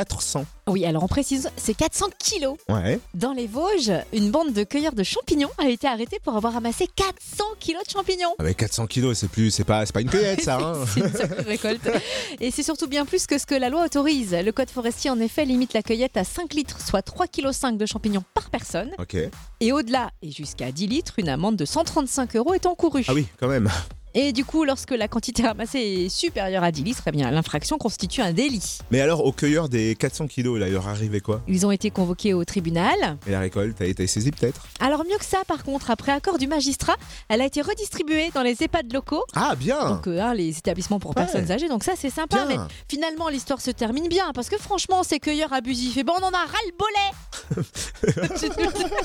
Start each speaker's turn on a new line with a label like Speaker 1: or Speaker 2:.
Speaker 1: 400.
Speaker 2: Oui, alors on précise, c'est 400 kilos.
Speaker 1: Ouais.
Speaker 2: Dans les Vosges, une bande de cueilleurs de champignons a été arrêtée pour avoir ramassé 400 kilos de champignons.
Speaker 1: Avec 400 bah, kilos, c'est plus, c'est pas, c'est pas une cueillette, ça. hein.
Speaker 2: C'est une sacrée récolte. Et c'est surtout bien plus que ce que la loi autorise. Le code forestier, en effet, limite la cueillette à 5 litres, soit 3,5 kg de champignons par personne.
Speaker 1: Ok.
Speaker 2: Et au-delà, et jusqu'à 10 litres, une amende de 135 euros est encourue.
Speaker 1: Ah oui, quand même.
Speaker 2: Et du coup, lorsque la quantité ramassée est supérieure à 10 litres, eh bien, l'infraction constitue un délit.
Speaker 1: Mais alors, au cueilleur des 400 kilos, là, il leur arrivait quoi
Speaker 2: Ils ont été convoqués au tribunal.
Speaker 1: Et la récolte a été saisie peut-être
Speaker 2: Alors mieux que ça, par contre, après accord du magistrat, elle a été redistribuée dans les EHPAD locaux.
Speaker 1: Ah bien
Speaker 2: Donc euh, hein, les établissements pour
Speaker 1: Ouais.
Speaker 2: personnes âgées, donc ça c'est sympa.
Speaker 1: Bien.
Speaker 2: Mais finalement l'histoire se termine eh bien parce que franchement ces cueilleurs abusifs, et ben on en a ras le bollet. Je te le dis.